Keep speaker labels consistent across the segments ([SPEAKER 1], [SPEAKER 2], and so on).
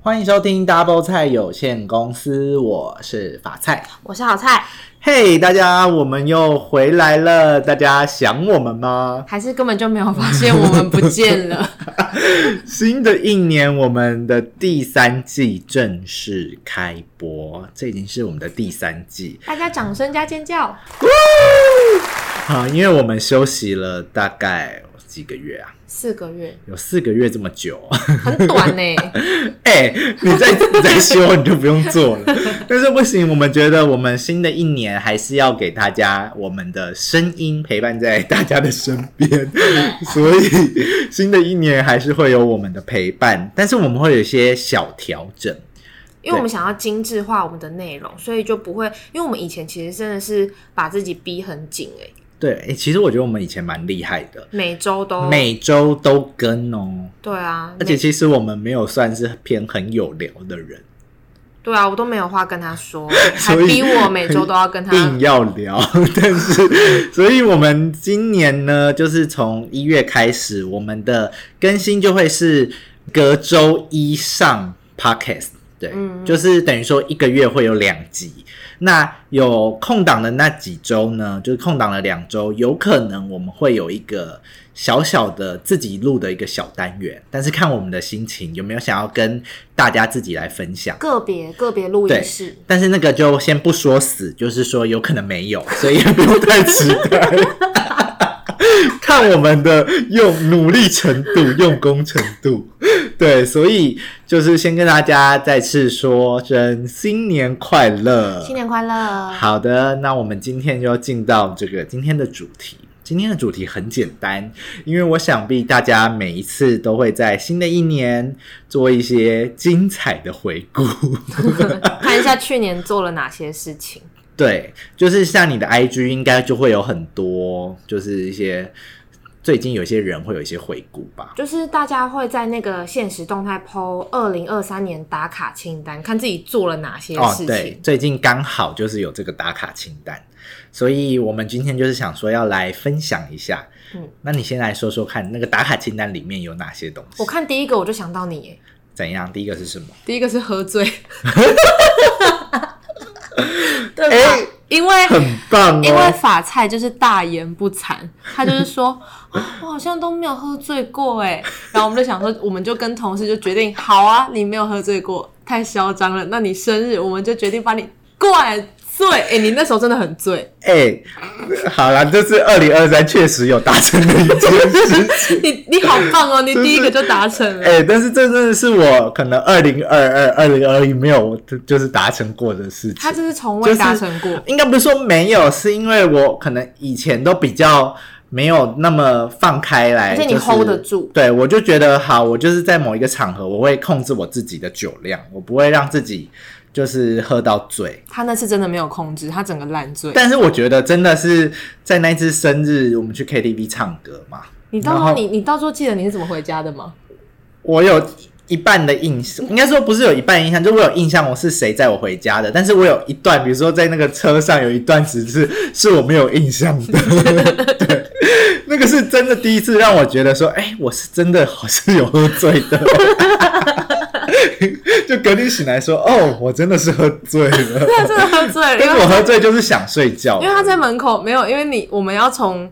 [SPEAKER 1] 欢迎收听 Double 菜有限公司，我是法菜。
[SPEAKER 2] 我是好菜，
[SPEAKER 1] 嘿、大家，我们又回来了，大家想我们吗？
[SPEAKER 2] 还是根本就没有发现我们不见了？
[SPEAKER 1] 新的一年，我们的第三季正式开播，这已经是我们的第三季
[SPEAKER 2] 大家掌声加尖叫！
[SPEAKER 1] 啊，因为我们休息了大概几个月啊，
[SPEAKER 2] 四个月
[SPEAKER 1] 有四个月这么久。
[SPEAKER 2] 很短呢、
[SPEAKER 1] 哎、你再 你再修你就不用做了。 但是不行，我们觉得我们新的一年还是要给大家我们的声音陪伴在大家的身边，所以新的一年还是会有我们的陪伴，但是我们会有一些小调整。
[SPEAKER 2] 因为我们想要精致化我们的内容，所以就不会，因为我们以前其实真的是把自己逼很紧哎、
[SPEAKER 1] 对，哎、其实我觉得我们以前蛮厉害的，
[SPEAKER 2] 每周都
[SPEAKER 1] 每周都跟哦，
[SPEAKER 2] 对啊，
[SPEAKER 1] 而且
[SPEAKER 2] 每
[SPEAKER 1] 其实我们没有算是偏很有聊的人，
[SPEAKER 2] 对啊，我都没有话跟他 说，还
[SPEAKER 1] 所以
[SPEAKER 2] 逼我每周都要 跟他。
[SPEAKER 1] 硬要聊， 但是，所以我们今年呢，就是从一月开始，我们的更新就会是隔周一上 podcast，对，
[SPEAKER 2] 嗯
[SPEAKER 1] 就是等于说一个月会有两集。那有空档的那几周呢，就是空档了两周，有可能我们会有一个小小的自己录的一个小单元，但是看我们的心情有没有想要跟大家自己来分享。
[SPEAKER 2] 个别个别录
[SPEAKER 1] 对
[SPEAKER 2] 音室，
[SPEAKER 1] 但是那个就先不说死，就是说有可能没有，所以也不用太期待。 看我们的用努力程度、用功程度， 对，所以就是先跟大家再次说声新年快乐，
[SPEAKER 2] 新年快乐！
[SPEAKER 1] 好的，那我们今天就进到这个今天的主题。今天的主题很简单，因为我想必大家每一次都会在新的一年做一些精彩的回顾。
[SPEAKER 2] 看一下去年做了哪些事情，
[SPEAKER 1] 对，就是像你的 IG 应该就会有很多，就是一些最近有一些人会有一些回顾吧。
[SPEAKER 2] 就是大家会在那个现实动态 PO 二零二三年打卡清单，看自己做了哪些
[SPEAKER 1] 哦，
[SPEAKER 2] 事
[SPEAKER 1] 对
[SPEAKER 2] 情，。
[SPEAKER 1] 最近刚好就是有这个打卡清单，所以我们今天就是想说要来分享一下。
[SPEAKER 2] 嗯，
[SPEAKER 1] 那你先来说说看，那个打卡清单里面有哪些东西
[SPEAKER 2] 我？看第一个我就想到你耶，
[SPEAKER 1] 怎样？第一个是什么？
[SPEAKER 2] 第一个是喝醉， 对吧？因为
[SPEAKER 1] 哎很棒哦
[SPEAKER 2] 因为！法菜就是大言不惭，他就是 说、啊我好像都没有喝醉过哎，然后我们就想说，我们就跟同事就决定，好啊，你没有喝醉过，太嚣张了，那你生日我们就决定把你灌醉，哎、你那时候真的很醉，
[SPEAKER 1] 哎、好啦，这次二零二三确实有达成的一件事情。
[SPEAKER 2] 你你好棒哦，你第一个就达成了，
[SPEAKER 1] 哎、但是这真的是我可能二零二二、二零二一没有就是达成过的事
[SPEAKER 2] 他
[SPEAKER 1] 情。
[SPEAKER 2] 这是从未达成过，
[SPEAKER 1] 应该不是说没有，是因为我可能以前都比较没有那么放开来，
[SPEAKER 2] 而且你
[SPEAKER 1] 就是
[SPEAKER 2] hold 得住
[SPEAKER 1] 对，我就觉得好，我就是在某一个场合，我会控制我自己的酒量，我不会让自己就是喝到醉。
[SPEAKER 2] 他那次真的没有控制，他整个烂醉。
[SPEAKER 1] 但是我觉得真的是在那一次生日，我们去 KTV 唱歌嘛，
[SPEAKER 2] 你到时
[SPEAKER 1] 然
[SPEAKER 2] 候
[SPEAKER 1] 后
[SPEAKER 2] 你你到时候记得你是怎么回家的 吗？
[SPEAKER 1] 我有一半的印象，应该说不是有一半印象，就我有印象我是谁载我回家的，但是我有一段，比如说在那个车上有一段只是是我没有印象的， 对，那个是真的第一次让我觉得说，哎、我是真的好像有喝醉的。 就隔天醒来说：“哦，我真的是喝醉了，
[SPEAKER 2] 他真的喝醉了，
[SPEAKER 1] 但
[SPEAKER 2] 因
[SPEAKER 1] 是
[SPEAKER 2] 为
[SPEAKER 1] 我喝醉就是想睡觉。”
[SPEAKER 2] 因为他在门口没有，因为你我们要从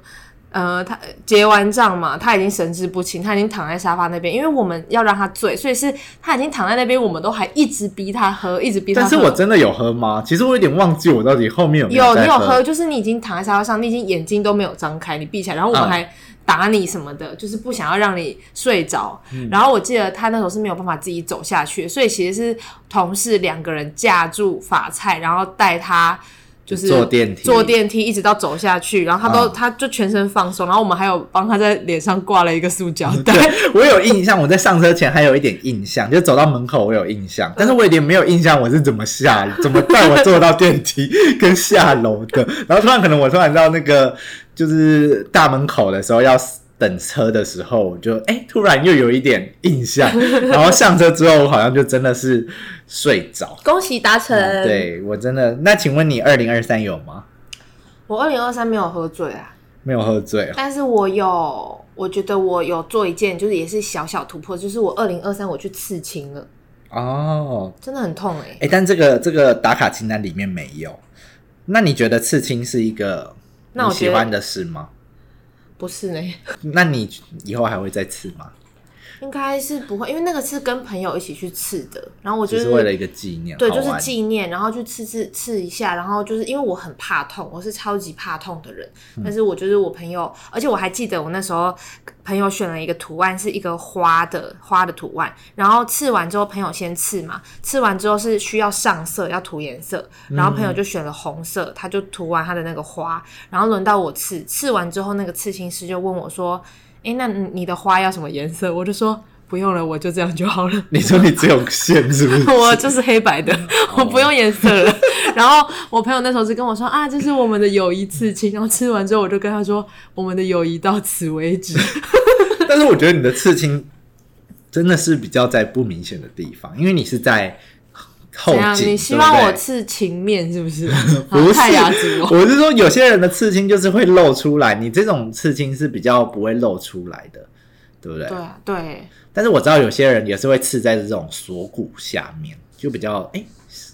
[SPEAKER 2] 呃他结完账嘛，他已经神志不清，他已经躺在沙发那边，因为我们要让他醉，所以是他已经躺在那边，我们都还一直逼他喝，一直逼他
[SPEAKER 1] 但
[SPEAKER 2] 喝。
[SPEAKER 1] 是我真的有喝吗？其实我有点忘记我到底后面有没
[SPEAKER 2] 有
[SPEAKER 1] 在
[SPEAKER 2] 你有喝，就是你已经躺在沙发上，你已经眼睛都没有张开，你闭起来，然后我
[SPEAKER 1] 嗯
[SPEAKER 2] 们还打你什么的，就是不想要让你睡着。
[SPEAKER 1] 嗯
[SPEAKER 2] 然后我记得他那时候是没有办法自己走下去，所以其实是同事两个人架住法菜，然后带他。就是
[SPEAKER 1] 坐电梯
[SPEAKER 2] 坐电梯一直到走下去，然后他都、
[SPEAKER 1] 嗯
[SPEAKER 2] 他就全身放松，然后我们还有帮他在脸上挂了一个塑胶袋，
[SPEAKER 1] 对，我有印象，我在上车前还有一点印象，就走到门口我有印象，但是我有点没有印象我是怎么下，怎么带我坐到电梯跟下楼的。 然后突然可能我突然到那个就是大门口的时候要。等车的时候，我就哎、突然又有一点印象，然后上车之后，我好像就真的是睡着。
[SPEAKER 2] 恭喜达成。，
[SPEAKER 1] 嗯对我真的，那请问你二零二三有吗？
[SPEAKER 2] 我二零二三没有喝醉啊，
[SPEAKER 1] 没有喝醉哦，
[SPEAKER 2] 但是我有，我觉得我有做一件，就是也是小小突破，就是我二零二三我去刺青了。
[SPEAKER 1] 哦，
[SPEAKER 2] 真的很痛哎、
[SPEAKER 1] 哎，但这个这个打卡清单里面没有。那你觉得刺青是一个
[SPEAKER 2] 那我
[SPEAKER 1] 你
[SPEAKER 2] 觉
[SPEAKER 1] 喜
[SPEAKER 2] 得
[SPEAKER 1] 欢的事吗？
[SPEAKER 2] 不是呢，
[SPEAKER 1] 那你以后还会再刺吗？
[SPEAKER 2] 应该是不会，因为那个是跟朋友一起去刺的，然后我就
[SPEAKER 1] 只
[SPEAKER 2] 是
[SPEAKER 1] 是为了一个纪念，
[SPEAKER 2] 对，
[SPEAKER 1] 好
[SPEAKER 2] 就是
[SPEAKER 1] 玩
[SPEAKER 2] 纪念，然后去刺刺刺一下，然后就是因为我很怕痛，我是超级怕痛的人，
[SPEAKER 1] 嗯
[SPEAKER 2] 但是我就是我朋友，而且我还记得我那时候朋友选了一个图案是一个花的花的图案，然后刺完之后朋友先刺嘛，刺完之后是需要上色要涂颜色，然后朋
[SPEAKER 1] 嗯
[SPEAKER 2] 友就选了红色，他就涂完他的那个花，然后轮到我刺，刺完之后那个刺青师就问我说：“诶，那你你的花要什么颜色？”我就说。不用了，我就这样就好了。
[SPEAKER 1] 你说你只有线是不是？
[SPEAKER 2] 我就是黑白的，
[SPEAKER 1] 哦
[SPEAKER 2] 我不用颜色了。然后我朋友那时候是跟我说啊，这是我们的友谊刺青。然后吃完之后，我就跟他说，我们的友谊到此为 止。
[SPEAKER 1] 但是我觉得你的刺青真的是比较在不明显的地方，因为你是在后
[SPEAKER 2] 怎样？
[SPEAKER 1] 颈，
[SPEAKER 2] 你希望我
[SPEAKER 1] 对
[SPEAKER 2] 刺情面是不 是？
[SPEAKER 1] 不对不
[SPEAKER 2] 好
[SPEAKER 1] 是
[SPEAKER 2] 太雅致 哦。
[SPEAKER 1] 我是说有些人的刺青就是会露出来，你这种刺青是比较不会露出来的，对不对？
[SPEAKER 2] 对啊，对，
[SPEAKER 1] 但是我知道有些人也是会刺在这种锁骨下面，就比较哎、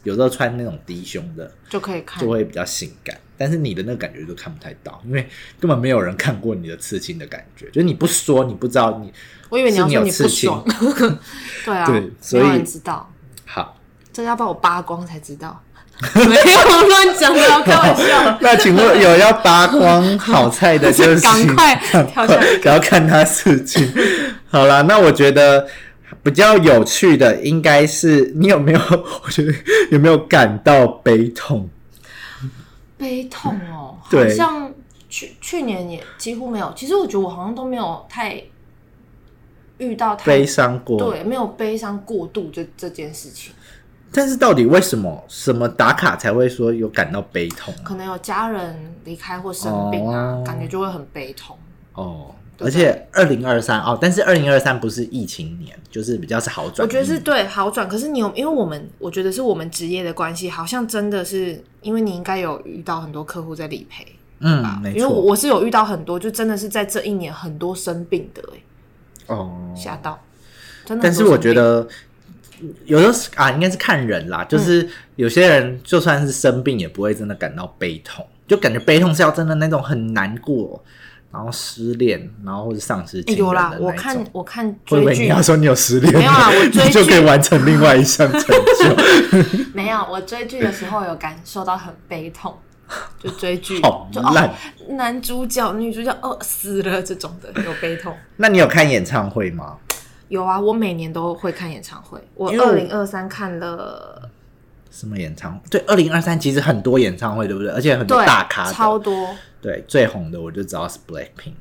[SPEAKER 1] 有时候穿那种低胸的
[SPEAKER 2] 就可以看
[SPEAKER 1] 就。会比较性感，但是你的那个感觉就看不太到，因为根本没有人看过你的刺青的感觉，就是你不说你不知道你
[SPEAKER 2] 我以为你
[SPEAKER 1] 是
[SPEAKER 2] 要
[SPEAKER 1] 你
[SPEAKER 2] 说
[SPEAKER 1] 有
[SPEAKER 2] 你不
[SPEAKER 1] 刺青
[SPEAKER 2] 爽。 对啊，
[SPEAKER 1] 对所以
[SPEAKER 2] 没有人知道，
[SPEAKER 1] 好。
[SPEAKER 2] 这个要把我扒光才知 道。没有乱讲的，我开玩笑。
[SPEAKER 1] 那请问有要扒光好菜 的，就是
[SPEAKER 2] 赶 快跳下来
[SPEAKER 1] 不要看他事情。好啦，那我觉得比较有趣的应该是你有没 有？我觉得有没有感到悲痛？
[SPEAKER 2] 悲痛哦，好
[SPEAKER 1] 对
[SPEAKER 2] 像去去年也几乎没有。其实我觉得我好像都没有太遇到太
[SPEAKER 1] 悲伤过？
[SPEAKER 2] 哎对，没有悲伤过度这这件事情，
[SPEAKER 1] 但是到底为什么什么打卡才会说有感到悲痛啊？
[SPEAKER 2] 可能有家人离开或生病啊，
[SPEAKER 1] 哦
[SPEAKER 2] 感觉就会很悲痛。
[SPEAKER 1] 哦。
[SPEAKER 2] 对
[SPEAKER 1] 而且二零二三哦，但是二零二三不是疫情年，就是比较是好转。
[SPEAKER 2] 我觉得是对好转，可是你有，因为我们我觉得是我们职业的关系，好像真的是因为你应该有遇到很多客户在理赔吧
[SPEAKER 1] 嗯，，没
[SPEAKER 2] 因为我
[SPEAKER 1] 错
[SPEAKER 2] 我是有遇到很多，就真的是在这一年很多生病的、欸，
[SPEAKER 1] 哦。
[SPEAKER 2] 吓到，真的很
[SPEAKER 1] 但
[SPEAKER 2] 多生病。
[SPEAKER 1] 是我觉得有的时候啊，应该是看人啦，
[SPEAKER 2] 嗯
[SPEAKER 1] 就是有些人就算是生病，也不会真的感到悲痛，就感觉悲痛是要真的那种很难过，然后失恋，然后或者丧失
[SPEAKER 2] 欸
[SPEAKER 1] 亲人
[SPEAKER 2] 有
[SPEAKER 1] 的
[SPEAKER 2] 啦
[SPEAKER 1] 那，种。
[SPEAKER 2] 我看我看
[SPEAKER 1] 我以
[SPEAKER 2] 追
[SPEAKER 1] 为你
[SPEAKER 2] 剧
[SPEAKER 1] 要说你有失恋，
[SPEAKER 2] 没有啊啦我追
[SPEAKER 1] 你就
[SPEAKER 2] 剧
[SPEAKER 1] 可以完成另外一项成就，
[SPEAKER 2] 没有，我追剧的时候有感受到很悲痛，就追剧
[SPEAKER 1] 好
[SPEAKER 2] 就
[SPEAKER 1] 烂
[SPEAKER 2] 哦，男主角女主角哦死了这种的有悲痛。
[SPEAKER 1] 那你有看演唱会吗？
[SPEAKER 2] 有啊，我每年都会看演唱会，我
[SPEAKER 1] 因为
[SPEAKER 2] 二
[SPEAKER 1] 我
[SPEAKER 2] 零二三看了，
[SPEAKER 1] 什么演唱会？对，二零二三其实很多演唱会，对不对？而且很多
[SPEAKER 2] 对，
[SPEAKER 1] 大咖的，
[SPEAKER 2] 超多，
[SPEAKER 1] 对最红的我就知道是 Blackpink。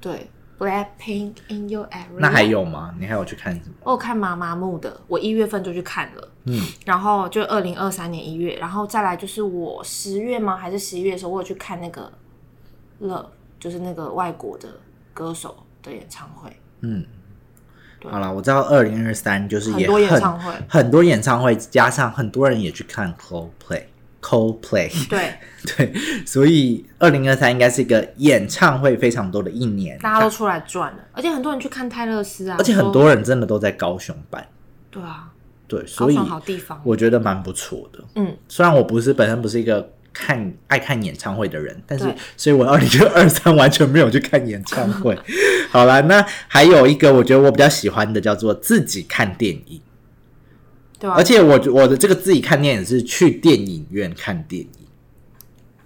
[SPEAKER 2] 对，Blackpink in Your Area。
[SPEAKER 1] 那还有吗？你还有去看什么？
[SPEAKER 2] 我有看妈妈木的，我一月份就去看了，
[SPEAKER 1] 嗯，
[SPEAKER 2] 然后就二零二三年一月，然后再来就是我十月吗？还是十一月的时候，我有去看那个 Love，就是那个外国的歌手的演唱会，
[SPEAKER 1] 嗯，
[SPEAKER 2] 对
[SPEAKER 1] 好了，我知道二零二三就是
[SPEAKER 2] 很
[SPEAKER 1] 也
[SPEAKER 2] 多演
[SPEAKER 1] 很
[SPEAKER 2] 唱会
[SPEAKER 1] 很多演唱会，加上很多人也去看 Coldplay。Coldplay，
[SPEAKER 2] 对，
[SPEAKER 1] 对，所以二零二三应该是一个演唱会非常多的一年，
[SPEAKER 2] 大家都出来转了，而且很多人去看泰勒斯啊，
[SPEAKER 1] 而且很多人真的都在高雄办，
[SPEAKER 2] 都对啊，
[SPEAKER 1] 对，
[SPEAKER 2] 高
[SPEAKER 1] 所以
[SPEAKER 2] 雄好地方，
[SPEAKER 1] 我觉得蛮不错的。
[SPEAKER 2] 嗯，
[SPEAKER 1] 虽然我不是本身不是一个看爱看演唱会的人，但是
[SPEAKER 2] 对
[SPEAKER 1] 所以我二零二三完全没有去看演唱 会。好啦，那还有一个我觉得我比较喜欢的叫做自己看电影。
[SPEAKER 2] 对啊，
[SPEAKER 1] 而且我我的这个自己看电影是去电影院看电影，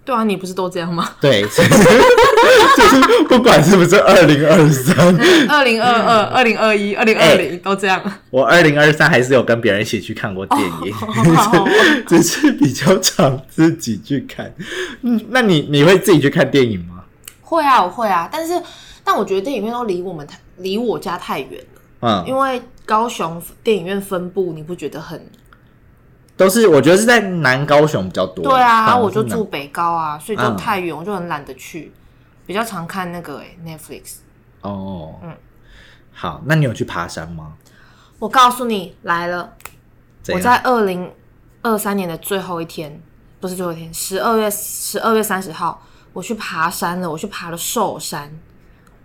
[SPEAKER 2] 对啊，你不是都这样 吗？
[SPEAKER 1] 对，所以 就是不管是不是二零二三，
[SPEAKER 2] 二零二二、二零二一、二零二零都这样，
[SPEAKER 1] 我二零二三还是有跟别人一起去看过电影，
[SPEAKER 2] 哦
[SPEAKER 1] 只是比较常自己去看。嗯，那你你会自己去看电影吗？
[SPEAKER 2] 会啊，我会啊，但是但我觉得电影院都离我们太离我家太远了，因
[SPEAKER 1] 嗯，
[SPEAKER 2] 为高雄电影院分布，你不觉得很？
[SPEAKER 1] 都是我觉得是在南高雄比较多。
[SPEAKER 2] 对啊，
[SPEAKER 1] 反而
[SPEAKER 2] 我就是
[SPEAKER 1] 南
[SPEAKER 2] 住北高啊，所以就
[SPEAKER 1] 嗯
[SPEAKER 2] 太远，我就很懒得去，比较常看那个、欸、Netflix。
[SPEAKER 1] 哦，
[SPEAKER 2] 嗯
[SPEAKER 1] 好，那你有去爬山吗？
[SPEAKER 2] 我告诉你，来了。
[SPEAKER 1] 怎
[SPEAKER 2] 我
[SPEAKER 1] 样
[SPEAKER 2] 在二零二三年的最后一天，不是最后一天，十二月十二月三十号，我去爬山了，我去爬了寿山，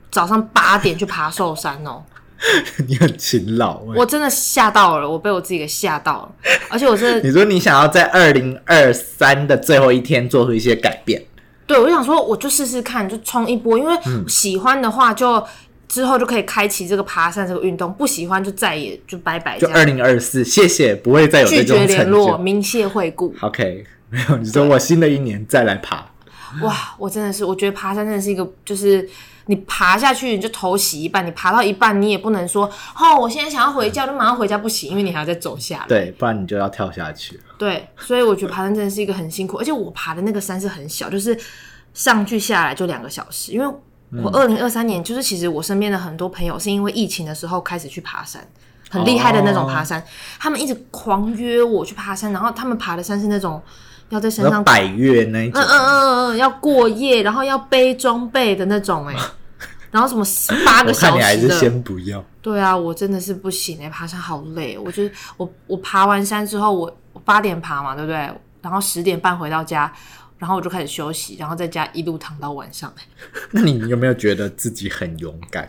[SPEAKER 2] 早上八点去爬寿山哦，
[SPEAKER 1] 你很勤劳欸、
[SPEAKER 2] 我真的吓到了，我被我自己给吓到了，而且我真的
[SPEAKER 1] 你说你想要在二零二三的最后一天做出一些改变，
[SPEAKER 2] 对，我就想说，我就试试看，就冲一波，因为
[SPEAKER 1] 嗯
[SPEAKER 2] 喜欢的话就，之后就可以开启这个爬山这个运动，不喜欢就再也就拜拜这
[SPEAKER 1] 就二
[SPEAKER 2] 样。
[SPEAKER 1] 零二四，谢谢，不会再有这
[SPEAKER 2] 拒
[SPEAKER 1] 种
[SPEAKER 2] 绝
[SPEAKER 1] 成
[SPEAKER 2] 联络，
[SPEAKER 1] 就。
[SPEAKER 2] 明谢惠顾。
[SPEAKER 1] OK，没有，你说我新的一年再来爬，
[SPEAKER 2] 哇，我真的是，我觉得爬山真的是一个，就是你爬下去你就头洗一半，你爬到一半你也不能说，哦，我现在想要回家，我就马上回家不行，因为你还要再走下来。
[SPEAKER 1] 对，不然你就要跳下去了。
[SPEAKER 2] 对，所以我觉得爬山真的是一个很辛苦，而且我爬的那个山是很小，就是上去下来就两个小时。因为我二零二三年，就是其实我身边的很多朋友是因为疫情的时候开始去爬山，很厉害的那种爬山，他们一直狂约我去爬山，然后他们爬的山是那种要在山
[SPEAKER 1] 然后
[SPEAKER 2] 上。
[SPEAKER 1] 百越那一种
[SPEAKER 2] 嗯嗯，嗯嗯，嗯，要过夜，然后要背装备的那种哎、然后什么八
[SPEAKER 1] 我
[SPEAKER 2] 个
[SPEAKER 1] 看
[SPEAKER 2] 小
[SPEAKER 1] 你还
[SPEAKER 2] 时
[SPEAKER 1] 是
[SPEAKER 2] 的，
[SPEAKER 1] 先不要。
[SPEAKER 2] 对啊，我真的是不行哎、爬山好累。我就是我我爬完山之后，我我八点爬嘛，对不对？然后十点半回到家，然后我就开始休息，然后在家一路躺到晚上、欸、
[SPEAKER 1] 那你有没有觉得自己很勇敢？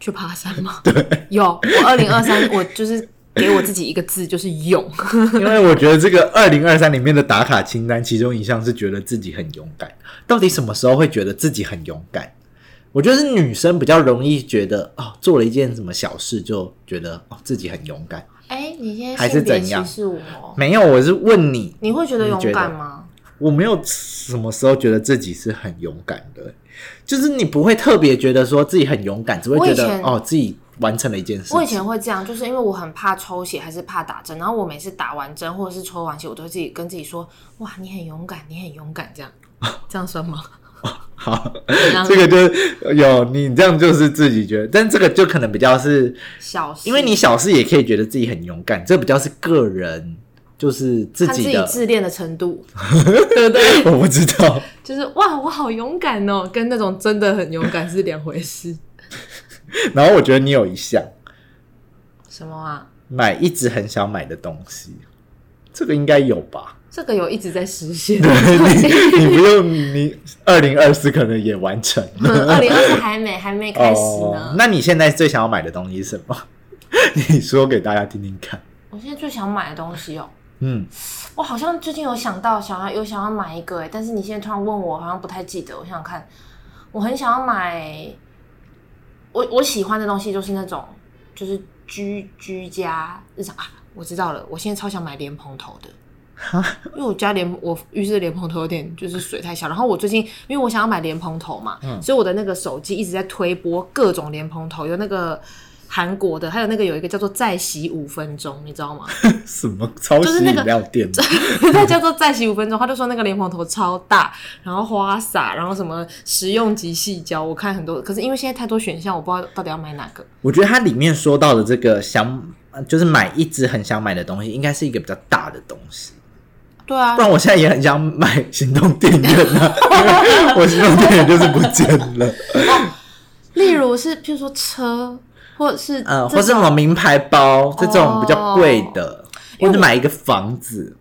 [SPEAKER 2] 去爬 山吗？对，有。我二零二三，我就是给我自己一个字，就是勇。
[SPEAKER 1] 因为我觉得这个二零二三里面的打卡清单，其中一项是觉得自己很勇敢。到底什么时候会觉得自己很勇敢？我觉得是女生比较容易觉得哦，做了一件什么小事就觉得哦自己很勇敢。
[SPEAKER 2] 哎、你现
[SPEAKER 1] 还
[SPEAKER 2] 在
[SPEAKER 1] 是
[SPEAKER 2] 性别
[SPEAKER 1] 怎样
[SPEAKER 2] 歧视我？
[SPEAKER 1] 没有，我是问你，
[SPEAKER 2] 你会觉得
[SPEAKER 1] 你
[SPEAKER 2] 勇
[SPEAKER 1] 觉得
[SPEAKER 2] 敢吗？
[SPEAKER 1] 我没有什么时候觉得自己是很勇敢的，就是你不会特别觉得说自己很勇敢，只会
[SPEAKER 2] 我
[SPEAKER 1] 觉
[SPEAKER 2] 以
[SPEAKER 1] 得
[SPEAKER 2] 前
[SPEAKER 1] 哦自己完成了一件事情。
[SPEAKER 2] 我以前会这样，就是因为我很怕抽血，还是怕打针。然后我每次打完针或者是抽完血，我都会自己跟自己说：“哇，你很勇敢，你很勇敢。”这样，这样算吗？
[SPEAKER 1] 好，
[SPEAKER 2] 样
[SPEAKER 1] 这个就有你这样就是自己觉得，但这个就可能比较是
[SPEAKER 2] 小事，
[SPEAKER 1] 因为你小事也可以觉得自己很勇敢，这比较是个人，就是自
[SPEAKER 2] 看自
[SPEAKER 1] 己
[SPEAKER 2] 己
[SPEAKER 1] 的。
[SPEAKER 2] 自恋的程度，对不对？
[SPEAKER 1] 我不知道，
[SPEAKER 2] 就是哇，我好勇敢哦，跟那种真的很勇敢是两回事。
[SPEAKER 1] 然后我觉得你有一项
[SPEAKER 2] 什么啊？
[SPEAKER 1] 买一直很想买的东西，这个应该有吧？
[SPEAKER 2] 这个有一直在实现，
[SPEAKER 1] 你你不 用你二零二四可能也完成了
[SPEAKER 2] 二零二四还没还没开始
[SPEAKER 1] 哦
[SPEAKER 2] 呢。。
[SPEAKER 1] 那你现在最想要买的东西是什么？ 你说给大家听听看。
[SPEAKER 2] 我现在最想买的东西哦，
[SPEAKER 1] 嗯，
[SPEAKER 2] 我好像最近有想到想要有想要买一个哎，但是你现在突然问我，好像不太记得。我想想看，我很想要买，我我喜欢的东西就是那种就是居居家日常啊。我知道了，我现在超想买莲蓬头的。因为我家莲我浴室的莲蓬头有点就是水太小，然后我最近因为我想要买莲蓬头嘛，
[SPEAKER 1] 嗯
[SPEAKER 2] 所以我的那个手机一直在推播各种莲蓬头，有那个韩国的，还有那个有一个叫做再洗五分钟，你知道吗？
[SPEAKER 1] 什么超
[SPEAKER 2] 就是
[SPEAKER 1] 市
[SPEAKER 2] 那
[SPEAKER 1] 饮
[SPEAKER 2] 个
[SPEAKER 1] 料店？
[SPEAKER 2] 他叫做再洗五分钟，他就说那个莲蓬头超大，然后花洒，然后什么食用级细胶，我看很多，可是因为现在太多选项，我不知道到底要买哪个。
[SPEAKER 1] 我觉得它里面说到的这个想，呃就是买一直很想买的东西，应该是一个比较大的东西。
[SPEAKER 2] 对啊
[SPEAKER 1] 不，然我现在也很想买行动电源 啊，因为我行动电源就是不见了，
[SPEAKER 2] 例如是譬如说车，或是
[SPEAKER 1] 呃，
[SPEAKER 2] 这哦
[SPEAKER 1] 或是什么名牌包这种比较贵的，
[SPEAKER 2] 因
[SPEAKER 1] 或
[SPEAKER 2] 为我
[SPEAKER 1] 者买一个房子。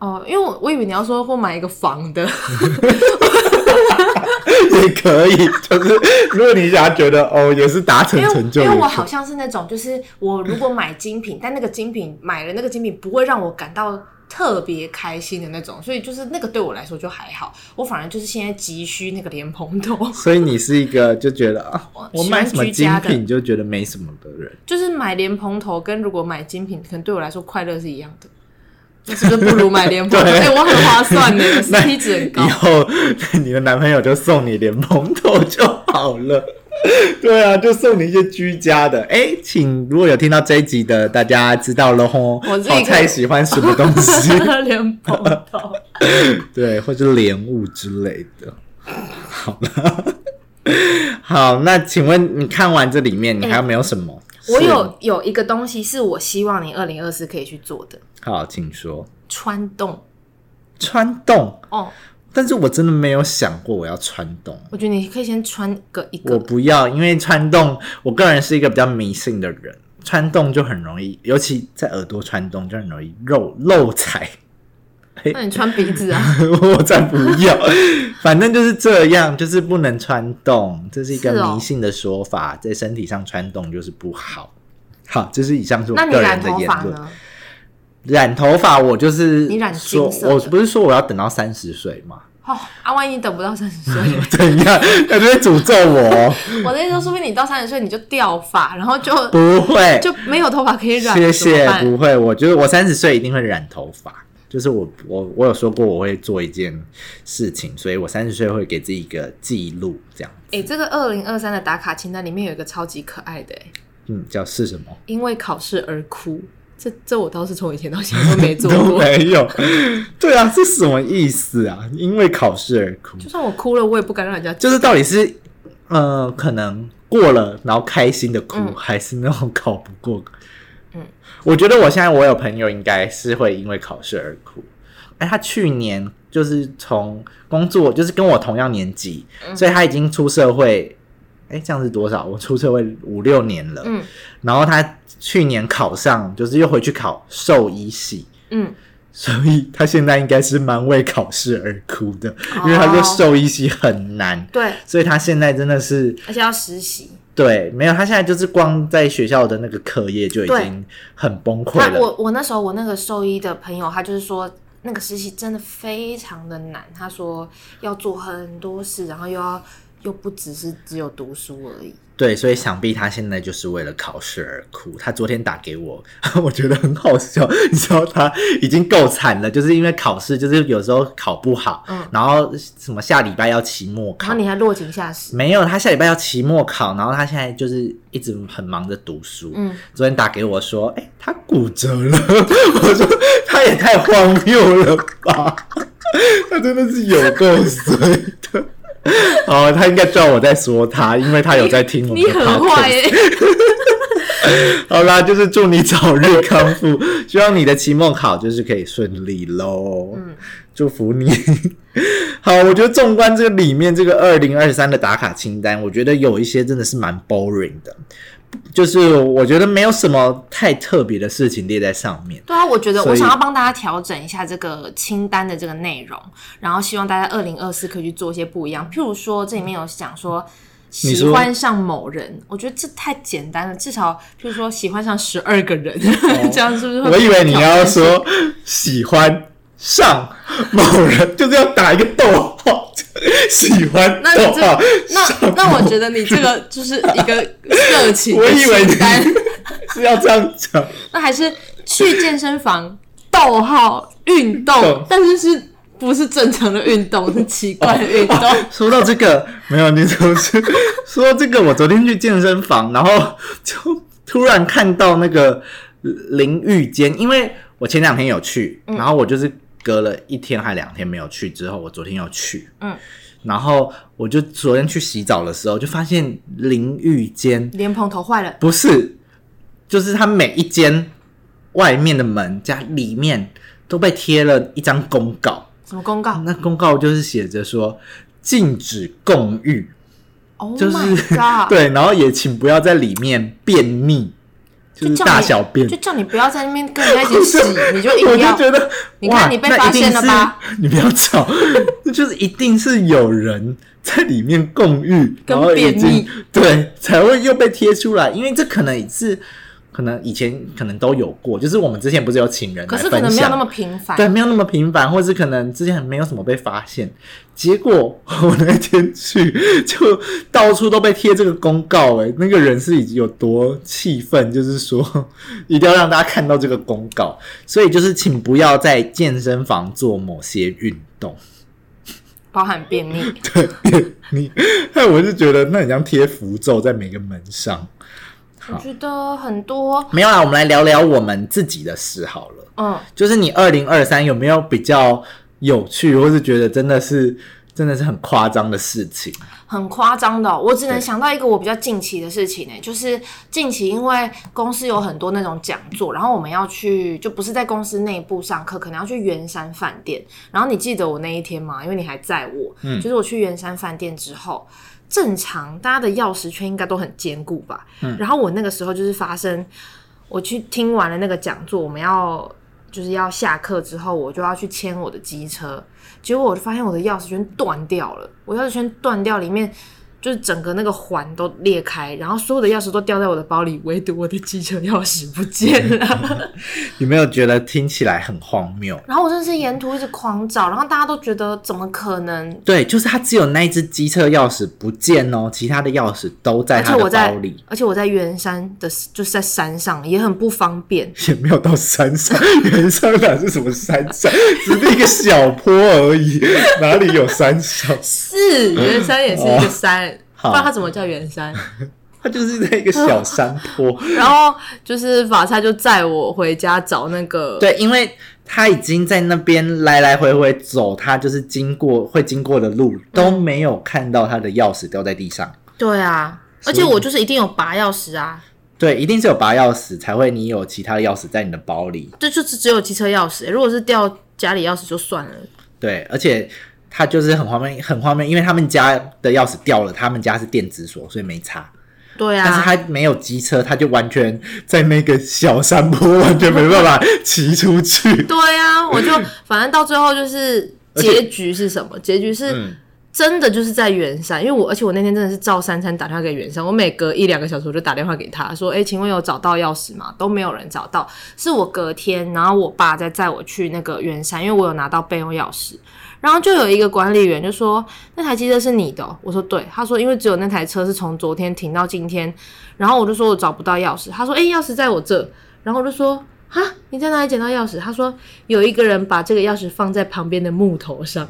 [SPEAKER 2] 哦，因为我我以为你要说或买一个房的，
[SPEAKER 1] 也可以，就是如果你想要觉得哦，也是达成
[SPEAKER 2] 因为
[SPEAKER 1] 成就
[SPEAKER 2] 因
[SPEAKER 1] 也
[SPEAKER 2] 为我
[SPEAKER 1] 可
[SPEAKER 2] 好像是那种，就是我如果买精品，但那个精品买了那个精品不会让我感到特别开心的那种，所以就是那个对我来说就还好，我反而就是现在急需那个莲蓬头。
[SPEAKER 1] 以，所以你是一个就觉得啊，我
[SPEAKER 2] 喜欢
[SPEAKER 1] 买什么
[SPEAKER 2] 居
[SPEAKER 1] 精
[SPEAKER 2] 家的
[SPEAKER 1] 品就觉得没什么的人，
[SPEAKER 2] 就是买莲蓬头跟如果买精品，可能对我来说快乐是一样的。那是不是不如买莲蓬头？
[SPEAKER 1] 对
[SPEAKER 2] 哎、我很划 算呢，我 CP 值很高
[SPEAKER 1] 以。后 你的男朋友就送你莲蓬头就好了。对啊，就送你一些居家的。哎，请如果有听到这一集的，大家知道了吼，
[SPEAKER 2] 我自己
[SPEAKER 1] 好
[SPEAKER 2] 可
[SPEAKER 1] 菜
[SPEAKER 2] 以
[SPEAKER 1] 喜欢什么东西？
[SPEAKER 2] 莲蓬头，
[SPEAKER 1] 对，或是莲雾之类的。好了，好，那请问你看完这里面，你还有没有什么？
[SPEAKER 2] 哎我
[SPEAKER 1] 是
[SPEAKER 2] 有有一个东西是我希望你二零二四可以去做的，
[SPEAKER 1] 好，请说。
[SPEAKER 2] 穿洞
[SPEAKER 1] 穿洞，
[SPEAKER 2] 哦。
[SPEAKER 1] 但是我真的没有想过我要穿洞。
[SPEAKER 2] 我觉得你可以先穿个一
[SPEAKER 1] 我
[SPEAKER 2] 个，
[SPEAKER 1] 不要，因为穿洞，我个人是一个比较迷信的人，穿洞就很容易，尤其在耳朵穿洞就很容易漏漏财。
[SPEAKER 2] 那你穿鼻子啊？
[SPEAKER 1] 我才不 要，反正就是这样，就是不能穿洞，这是一个
[SPEAKER 2] 是哦
[SPEAKER 1] 迷信的说法，在身体上穿洞就是不好。好，这是以上是 我
[SPEAKER 2] 那你
[SPEAKER 1] 个
[SPEAKER 2] 染
[SPEAKER 1] 人的
[SPEAKER 2] 头
[SPEAKER 1] 言
[SPEAKER 2] 发
[SPEAKER 1] 论。
[SPEAKER 2] 呢？
[SPEAKER 1] 染头发，我就是
[SPEAKER 2] 你染
[SPEAKER 1] 说
[SPEAKER 2] 金，色的
[SPEAKER 1] 我不是说我要等到三十岁吗？
[SPEAKER 2] 哦，啊，万一等不到三十岁，
[SPEAKER 1] 怎样？ 他就会诅咒我哦？
[SPEAKER 2] 我的意思说，说不定你到三十岁你就掉发，然后就
[SPEAKER 1] 不会，
[SPEAKER 2] 就没有头发可以染，
[SPEAKER 1] 谢
[SPEAKER 2] 怎么
[SPEAKER 1] 谢，
[SPEAKER 2] 办
[SPEAKER 1] 不会。我觉得我三十岁一定会染头发，就是我我我有说过我会做一件事情，所以我三十岁会给自己一个记录，这样，
[SPEAKER 2] 哎、这个二零二三的打卡清单里面有一个超级可爱的、欸，
[SPEAKER 1] 嗯，叫是什么？
[SPEAKER 2] 因为考试而哭，这这我倒是从以前到现在都没 做
[SPEAKER 1] 都
[SPEAKER 2] 过。
[SPEAKER 1] 没有，对啊，这什么意思啊？因为考试而哭，
[SPEAKER 2] 就算我哭了，我也不敢让人家
[SPEAKER 1] 就是到底是呃，可能过了然后开心的哭，
[SPEAKER 2] 嗯
[SPEAKER 1] 还是那种考不过？
[SPEAKER 2] 嗯，
[SPEAKER 1] 我觉得我现在我有朋友应该是会因为考试而哭。哎，他去年就是从工作，就是跟我同样年纪，
[SPEAKER 2] 嗯
[SPEAKER 1] 所以他已经出社会。哎，这样是多少？我出社会五六年了，
[SPEAKER 2] 嗯
[SPEAKER 1] 然后他去年考上，就是又回去考兽医系，
[SPEAKER 2] 嗯，
[SPEAKER 1] 所以他现在应该是蛮为考试而哭的，因为他说
[SPEAKER 2] 哦
[SPEAKER 1] 兽医系很难，
[SPEAKER 2] 对，
[SPEAKER 1] 所以他现在真的是
[SPEAKER 2] 而且要实习。
[SPEAKER 1] 对，没有，他现在就是光在学校的那个课业就已
[SPEAKER 2] 对
[SPEAKER 1] 经很崩溃
[SPEAKER 2] 他
[SPEAKER 1] 了。
[SPEAKER 2] 我我那时候我那个兽医的朋友，他就是说那个实习真的非常的难，他说要做很多事，然后又要又不只是只有读书而已。
[SPEAKER 1] 对，所以想必他现在就是为了考试而哭。他昨天打给我， 我觉得很好笑，你知道他已经够惨了，就是因为考试，就是有时候考不好，
[SPEAKER 2] 嗯
[SPEAKER 1] 然后什么下礼拜要期末
[SPEAKER 2] 然
[SPEAKER 1] 考
[SPEAKER 2] 后，你还落井下石。
[SPEAKER 1] 没有，他下礼拜要期末考，然后他现在就是一直很忙着读书。
[SPEAKER 2] 嗯，
[SPEAKER 1] 昨天打给我说，哎、他骨折了。 我说他也太荒谬了吧， 他真的是有够衰的。哦，他应该知道我在说他，因为他有在听我们
[SPEAKER 2] 你
[SPEAKER 1] 的 p
[SPEAKER 2] 很
[SPEAKER 1] o
[SPEAKER 2] 坏欸
[SPEAKER 1] d
[SPEAKER 2] 耶、
[SPEAKER 1] 好啦，就是祝你早日康 复，希望你的期末考就是可以顺利喽。
[SPEAKER 2] 嗯，
[SPEAKER 1] 祝福你。 好，我觉得纵观这个里面这个二零二三的打卡清单，我觉得有一些真的是蛮 boring 的，就是我觉得没有什么太特别的事情列在上面。
[SPEAKER 2] 对啊，我觉得
[SPEAKER 1] 所
[SPEAKER 2] 我
[SPEAKER 1] 以
[SPEAKER 2] 想要帮大家调整一下这个清单的这个内容，然后希望大家二零二四可以去做一些不一样。譬如说，这里面有讲说
[SPEAKER 1] 你
[SPEAKER 2] 喜
[SPEAKER 1] 说
[SPEAKER 2] 欢上某人，我觉得这太简单了，至少譬如说喜欢上十二个人， 这样是不是会？
[SPEAKER 1] 哦我以为你要，说喜欢上某人， 就是要打一个逗号， 喜欢
[SPEAKER 2] 那
[SPEAKER 1] 逗
[SPEAKER 2] 你这
[SPEAKER 1] 号。
[SPEAKER 2] 那那我觉得你这个就是一个色情
[SPEAKER 1] 我
[SPEAKER 2] 的
[SPEAKER 1] 以为你
[SPEAKER 2] 清单，
[SPEAKER 1] 是要这样讲。
[SPEAKER 2] 那还是去健身房，逗号运动
[SPEAKER 1] 动，
[SPEAKER 2] 但是是不是正常的运动，是奇怪的运动。
[SPEAKER 1] 说到这个，没有，你怎么是 说到这个？我昨天去健身房，然后就 突然看到那个呃淋浴间，因为我前两天有去，然后我就是隔了一天还两天没有去，之后我昨天又去，
[SPEAKER 2] 嗯，
[SPEAKER 1] 然后我就昨天去洗澡的时候，就发现淋浴间
[SPEAKER 2] 莲蓬头坏了。
[SPEAKER 1] 不是，就是它每一间外面的门加里面都被贴了一张公告，
[SPEAKER 2] 什么公告
[SPEAKER 1] 那公告就是写着说禁止共浴，
[SPEAKER 2] ？Oh
[SPEAKER 1] 就是
[SPEAKER 2] my god！，
[SPEAKER 1] 对，然后也请不要在里面便秘，就
[SPEAKER 2] 就是叫
[SPEAKER 1] 大
[SPEAKER 2] 你
[SPEAKER 1] 小便
[SPEAKER 2] 就。叫你不要在那边跟人家一起
[SPEAKER 1] 我
[SPEAKER 2] 洗，你 就
[SPEAKER 1] 我
[SPEAKER 2] 硬
[SPEAKER 1] 就
[SPEAKER 2] 要。
[SPEAKER 1] 觉得，
[SPEAKER 2] 你看
[SPEAKER 1] 哇
[SPEAKER 2] 你被
[SPEAKER 1] 那
[SPEAKER 2] 发
[SPEAKER 1] 一定
[SPEAKER 2] 现了
[SPEAKER 1] 是
[SPEAKER 2] 吧？
[SPEAKER 1] 你不要吵，那就是一定是有人在里面共浴，然
[SPEAKER 2] 跟
[SPEAKER 1] 后已
[SPEAKER 2] 便
[SPEAKER 1] 经
[SPEAKER 2] 秘
[SPEAKER 1] 对才会又被贴出来，因为这可能也是可能以前可能都有过，就是我们之前不是有请人
[SPEAKER 2] 可
[SPEAKER 1] 来
[SPEAKER 2] 是
[SPEAKER 1] 分
[SPEAKER 2] 可
[SPEAKER 1] 享，
[SPEAKER 2] 能没有那么频繁。
[SPEAKER 1] 对，没有那么频繁，或是可能之前没有什么被发现。结果我那天去，就到处都被贴这个公告、欸，那个人是已经有多气愤，就是说一定要让大家看到这个公告，所以就是请不要在健身房做某些运动。
[SPEAKER 2] 包含便秘。
[SPEAKER 1] 你，害我就觉得那很像贴符咒在每个门上。
[SPEAKER 2] 我觉得很多，
[SPEAKER 1] 没有啦，我们来聊聊我们自己的事好了。
[SPEAKER 2] 嗯，
[SPEAKER 1] 就是你二零二三有没有比较有趣，或是觉得真的是真的是很夸张的事情？
[SPEAKER 2] 很夸张的哦、我只能
[SPEAKER 1] 对
[SPEAKER 2] 想到一个我比较近期的事情呢、欸就是近期因为公司有很多那种讲座，然后我们要去，就不是在公司内部上课，可能要去圆山饭店。然后你记得我那一天吗？因为你还在我，
[SPEAKER 1] 嗯
[SPEAKER 2] 就是我去圆山饭店之后。正常，大家的钥匙圈应该都很坚固
[SPEAKER 1] 嗯
[SPEAKER 2] 吧？然后我那个时候就是发生，我去听完了那个讲座，我们要就是要下课之后，我就要去牵我的机车，结果我就发现我的钥匙圈断掉了，我钥匙圈断掉，里面就是整个那个环都裂开，然后所有的钥匙都掉在我的包里，唯独我的机车钥匙不见了。
[SPEAKER 1] 有没有觉得听起来很荒谬？
[SPEAKER 2] 然后我真的是沿途一直狂找，然后大家都觉得怎么可能？
[SPEAKER 1] 对，就是他只有那一只机车钥匙不见哦，其他的钥匙都在
[SPEAKER 2] 而且
[SPEAKER 1] 他
[SPEAKER 2] 我
[SPEAKER 1] 的
[SPEAKER 2] 在
[SPEAKER 1] 包里，，
[SPEAKER 2] 而且我在圆山的，就是在山上，也很不方便。
[SPEAKER 1] 也没有到山上。原上哪是什么山 上？只是一个小坡而已，哪里有山 上？
[SPEAKER 2] 是圆山也是一个山，
[SPEAKER 1] 好
[SPEAKER 2] 不然它怎么叫圆山？
[SPEAKER 1] 它就是在一个小山坡。
[SPEAKER 2] 然后就是法菜就载我回家找那个，
[SPEAKER 1] 对，因为他已经在那边来来回回走，他就是经过会经过的路都
[SPEAKER 2] 嗯
[SPEAKER 1] 没有看到他的钥匙掉在地上。
[SPEAKER 2] 对啊，
[SPEAKER 1] 所
[SPEAKER 2] 而
[SPEAKER 1] 以
[SPEAKER 2] 且我就是一定有拔钥匙啊，
[SPEAKER 1] 对，一定是有拔钥匙才会，你有其他的钥匙在你的包里。
[SPEAKER 2] 这就是只有机车钥匙、如果是掉家里钥匙就算了，
[SPEAKER 1] 对，而且他就是很荒谬，很荒谬，因为他们家的钥匙掉了，他们家是电子锁，所以没差。
[SPEAKER 2] 对
[SPEAKER 1] 但是
[SPEAKER 2] 啊，
[SPEAKER 1] 他没有机车，他就完全在那个小山坡，完全没办法骑出 去。
[SPEAKER 2] 对啊，我就反正到最后就是
[SPEAKER 1] 而且
[SPEAKER 2] 结局是什么？结局是。
[SPEAKER 1] 嗯
[SPEAKER 2] 真的就是在圆山，因为我而且我那天真的是照三餐打电话给圆山，我每隔一两个小时我就打电话给他说：“哎、请问有找到钥匙吗？”都没有人找到，是我隔天，然后我爸再载我去那个圆山，因为我有拿到备用钥匙，然后就有一个管理员就说：“那台机车是你的哦、我说：“对。”他说：“因为只有那台车是从昨天停到今天。”然后我就说：“我找不到钥匙。”他说：“哎、钥匙在我这。”然后我就说：“哈，你在哪里捡到钥匙？”他说：“有一个人把这个钥匙放在旁边的木头上。”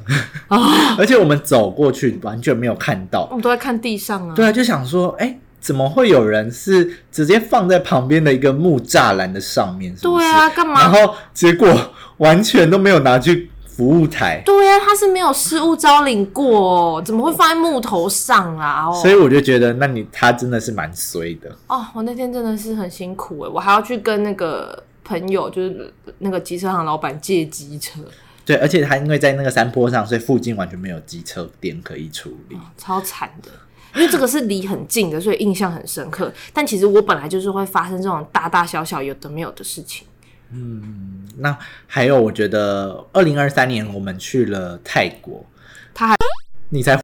[SPEAKER 1] 而且我们走过去完全没有看到
[SPEAKER 2] 我。们都在看地上啊。
[SPEAKER 1] 对啊，就想说，哎、怎么会有人是直接放在旁边的一个木栅栏的上面？是不是
[SPEAKER 2] 对啊，，干
[SPEAKER 1] 然
[SPEAKER 2] 嘛？
[SPEAKER 1] 后结果完全都没有拿去服务台，
[SPEAKER 2] 对啊，他是没有失物招领过哦，怎么会放在木头上啊？
[SPEAKER 1] 所以
[SPEAKER 2] 哦，
[SPEAKER 1] 我就觉得，那你他真的是蛮衰的。
[SPEAKER 2] 哦，我那天真的是很辛苦哎，我还要去跟那个朋友，就是那个机车行老板借机车，
[SPEAKER 1] 对，而且他因为在那个山坡上，所以附近完全没有机车店可以处理。
[SPEAKER 2] 超惨的。因为这个是离很近的，所以印象很深刻。但其实我本来就是会发生这种大大小小有的没有的事情。
[SPEAKER 1] 那还有，我觉得二零二三年我们去了泰国，
[SPEAKER 2] 他还
[SPEAKER 1] 你 才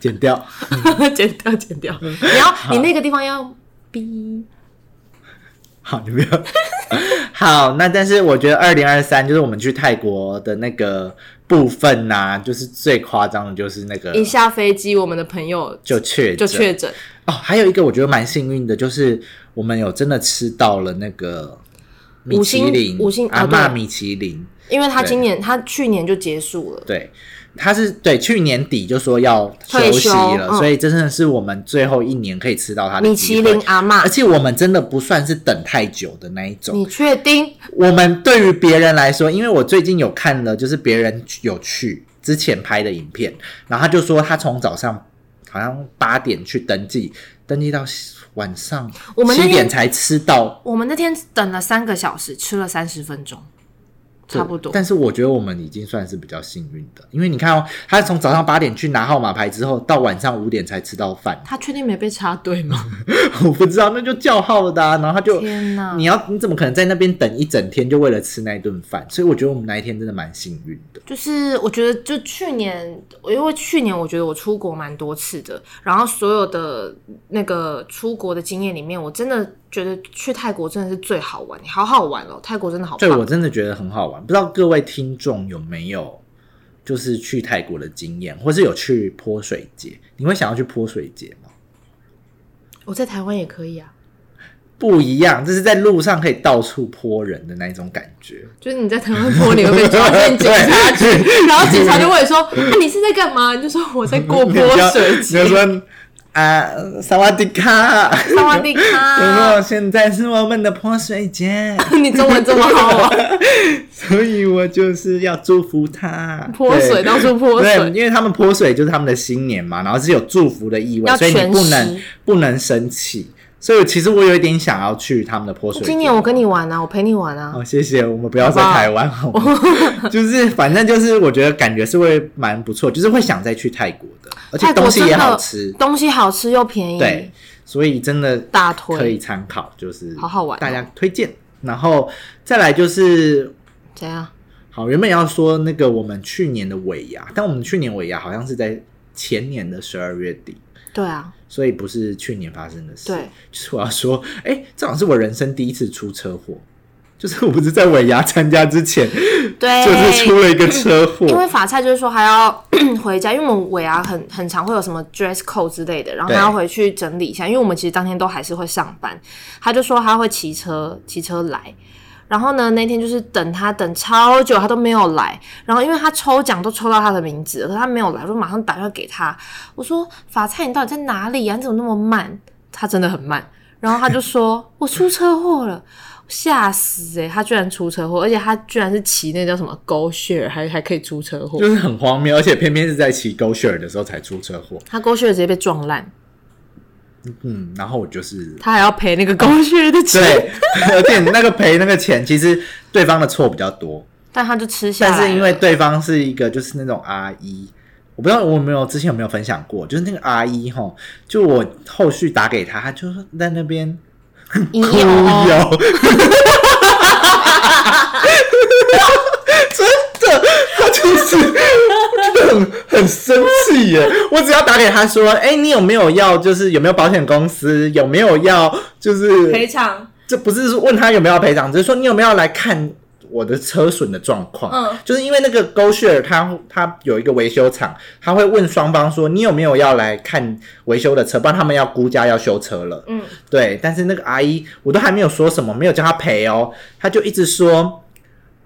[SPEAKER 1] 剪掉。
[SPEAKER 2] 剪掉剪掉，
[SPEAKER 1] 嗯
[SPEAKER 2] 你要你那个地方要逼
[SPEAKER 1] 好，你不要。好，那但是我觉得二零二三就是我们去泰国的那个部分呐、就是最夸张的就是那个
[SPEAKER 2] 一下飞机，我们的朋友
[SPEAKER 1] 就确
[SPEAKER 2] 就
[SPEAKER 1] 诊
[SPEAKER 2] 确诊。
[SPEAKER 1] 哦，还有一个我觉得蛮幸运的，就是我们有真的吃到了那个米
[SPEAKER 2] 五
[SPEAKER 1] 其
[SPEAKER 2] 星
[SPEAKER 1] 林
[SPEAKER 2] 五星
[SPEAKER 1] 阿
[SPEAKER 2] 哦
[SPEAKER 1] 嬷
[SPEAKER 2] 对
[SPEAKER 1] 米其林，
[SPEAKER 2] 因为他
[SPEAKER 1] 对
[SPEAKER 2] 今年他去年就结束了，
[SPEAKER 1] 对，他是对去年底就说要
[SPEAKER 2] 退
[SPEAKER 1] 息
[SPEAKER 2] 休
[SPEAKER 1] 了，
[SPEAKER 2] 嗯
[SPEAKER 1] 所以真的是我们最后一年可以吃到他的
[SPEAKER 2] 米
[SPEAKER 1] 机
[SPEAKER 2] 其
[SPEAKER 1] 会
[SPEAKER 2] 林。啊阿妈
[SPEAKER 1] 而，且我们真的不算是等太久的那一种，
[SPEAKER 2] 你确定？
[SPEAKER 1] 我们对于别人来说，因为我最近有看了，就是别人有去之前拍的影片，然后他就说他从早上好像八点去登记，登记到晚上
[SPEAKER 2] 我们那
[SPEAKER 1] 七
[SPEAKER 2] 天
[SPEAKER 1] 点才吃到，
[SPEAKER 2] 我们那天等了三个小时，吃了三十分钟，差不多。
[SPEAKER 1] 但是我觉得我们已经算是比较幸运的，因为你看哦，他从早上八点去拿号码牌之后，到晚上五点才吃到饭，
[SPEAKER 2] 他确定没被插队吗？
[SPEAKER 1] 我不知道那就叫号的、啊，然后他就。
[SPEAKER 2] 天哪
[SPEAKER 1] 你！要你怎么可能在那边等一整天就为了吃那一顿饭？所以我觉得我们那一天真的蛮幸运的。
[SPEAKER 2] 就是我觉得，就去年，因为去年我觉得我出国蛮多次的，然后所有的那个出国的经验里面，我真的觉得去泰国真的是最好玩，好好玩哦！泰国真的好
[SPEAKER 1] 对，
[SPEAKER 2] 棒
[SPEAKER 1] 我。真的觉得很好玩。不知道各位听众有没有就是去泰国的经验，或是有去泼水节？你会想要去泼水节吗？
[SPEAKER 2] 我在台湾也可以啊，
[SPEAKER 1] 不一样，这是在路上可以到处泼人的那一种感觉。
[SPEAKER 2] 就是你在台湾泼，你会被 抓进警察局，然后警察就问你说：“那、你是在干嘛？”你就说：“我在过
[SPEAKER 1] 你
[SPEAKER 2] 泼
[SPEAKER 1] 要
[SPEAKER 2] 水节
[SPEAKER 1] 你。就说啊，萨瓦迪卡，”
[SPEAKER 2] 萨瓦迪
[SPEAKER 1] 然后
[SPEAKER 2] 卡，
[SPEAKER 1] 现在是我们的泼水 节，
[SPEAKER 2] 你中文这么好啊！
[SPEAKER 1] 所以我就是要祝福他
[SPEAKER 2] 泼水
[SPEAKER 1] 对
[SPEAKER 2] 到处泼
[SPEAKER 1] 对，
[SPEAKER 2] 水，
[SPEAKER 1] 因为他们泼水就是他们的新年嘛，然后是有祝福的意味，
[SPEAKER 2] 要
[SPEAKER 1] 所以你
[SPEAKER 2] 全
[SPEAKER 1] 不能
[SPEAKER 2] 食
[SPEAKER 1] 不能生气。所以其实我有一点想要去他们的泼水节。
[SPEAKER 2] 今年我跟你玩啊，我陪你玩啊。
[SPEAKER 1] 哦，谢谢，我们不要在台 湾好吗？就是反正就是我觉得感觉是会蛮不错，就是会想再去泰国的，而且
[SPEAKER 2] 泰国
[SPEAKER 1] 东西也
[SPEAKER 2] 真的
[SPEAKER 1] 好吃，
[SPEAKER 2] 东西好吃又便宜，
[SPEAKER 1] 对，所以真的
[SPEAKER 2] 大
[SPEAKER 1] 可以
[SPEAKER 2] 腿
[SPEAKER 1] 参考，就是
[SPEAKER 2] 好好玩哦
[SPEAKER 1] 大家推荐。然后再来就是
[SPEAKER 2] 怎样？
[SPEAKER 1] 好，原本要说那个我们去年的尾牙，但我们去年尾牙好像是在前年的十二月底，
[SPEAKER 2] 对啊，
[SPEAKER 1] 所以不是去年发生的事。
[SPEAKER 2] 对，
[SPEAKER 1] 就是我要说，哎、这好像是我人生第一次出车祸，就是我不是在尾牙参加之前，
[SPEAKER 2] 对，
[SPEAKER 1] 就是出了一个车祸。
[SPEAKER 2] 哎因为法菜就是说还要回家，因为我们尾牙很很常会有什么 dress code 之类的，然后
[SPEAKER 1] 对
[SPEAKER 2] 他要回去整理一下，因为我们其实当天都还是会上班。他就说他会骑车骑车来，然后呢那天就是等他等超久他都没有来，然后因为他抽奖都抽到他的名字了，可是他没有来，我就马上打电话给他，我说法菜你到底在哪里啊呀、你怎么那么慢？他真的很慢，然后他就说我出车祸了。吓死诶、欸！他居然出车祸，而且他居然是骑那叫什么狗血，还还可以出车祸。
[SPEAKER 1] 就是很荒谬，而且偏偏是在骑 g o s h a r 的时候才出车祸。
[SPEAKER 2] 他狗血直接被撞烂，
[SPEAKER 1] 嗯，然后我就是
[SPEAKER 2] 他还要赔那个狗血的钱，
[SPEAKER 1] 对， 而且那个赔那个钱，其实对方的错比较多，
[SPEAKER 2] 但他就吃下来
[SPEAKER 1] 但
[SPEAKER 2] 了。
[SPEAKER 1] 是因为对方是一个就是那种阿姨，我不知道我有没有之前有没有分享过，就是那个阿姨哈，就我后续打给她，她就在那边
[SPEAKER 2] 你
[SPEAKER 1] 哭
[SPEAKER 2] 有哦
[SPEAKER 1] 哟，真的，他就是很很生气耶。我只要打给他说，哎、你有没有要，就是有没有保险公司，有没有要，就是
[SPEAKER 2] 偿，
[SPEAKER 1] 这不是说问他有没有要赔偿，只是说你有没有要来看。我的车损的状况，
[SPEAKER 2] 嗯，
[SPEAKER 1] 就是因为那个 Go Share 他他有一个维修厂，他会问双方说你有没有要来看维修的车，不然他们要估价要修车了，
[SPEAKER 2] 嗯，
[SPEAKER 1] 对，但是那个阿姨，我都还没有说什么，没有叫她赔哦，她就一直说。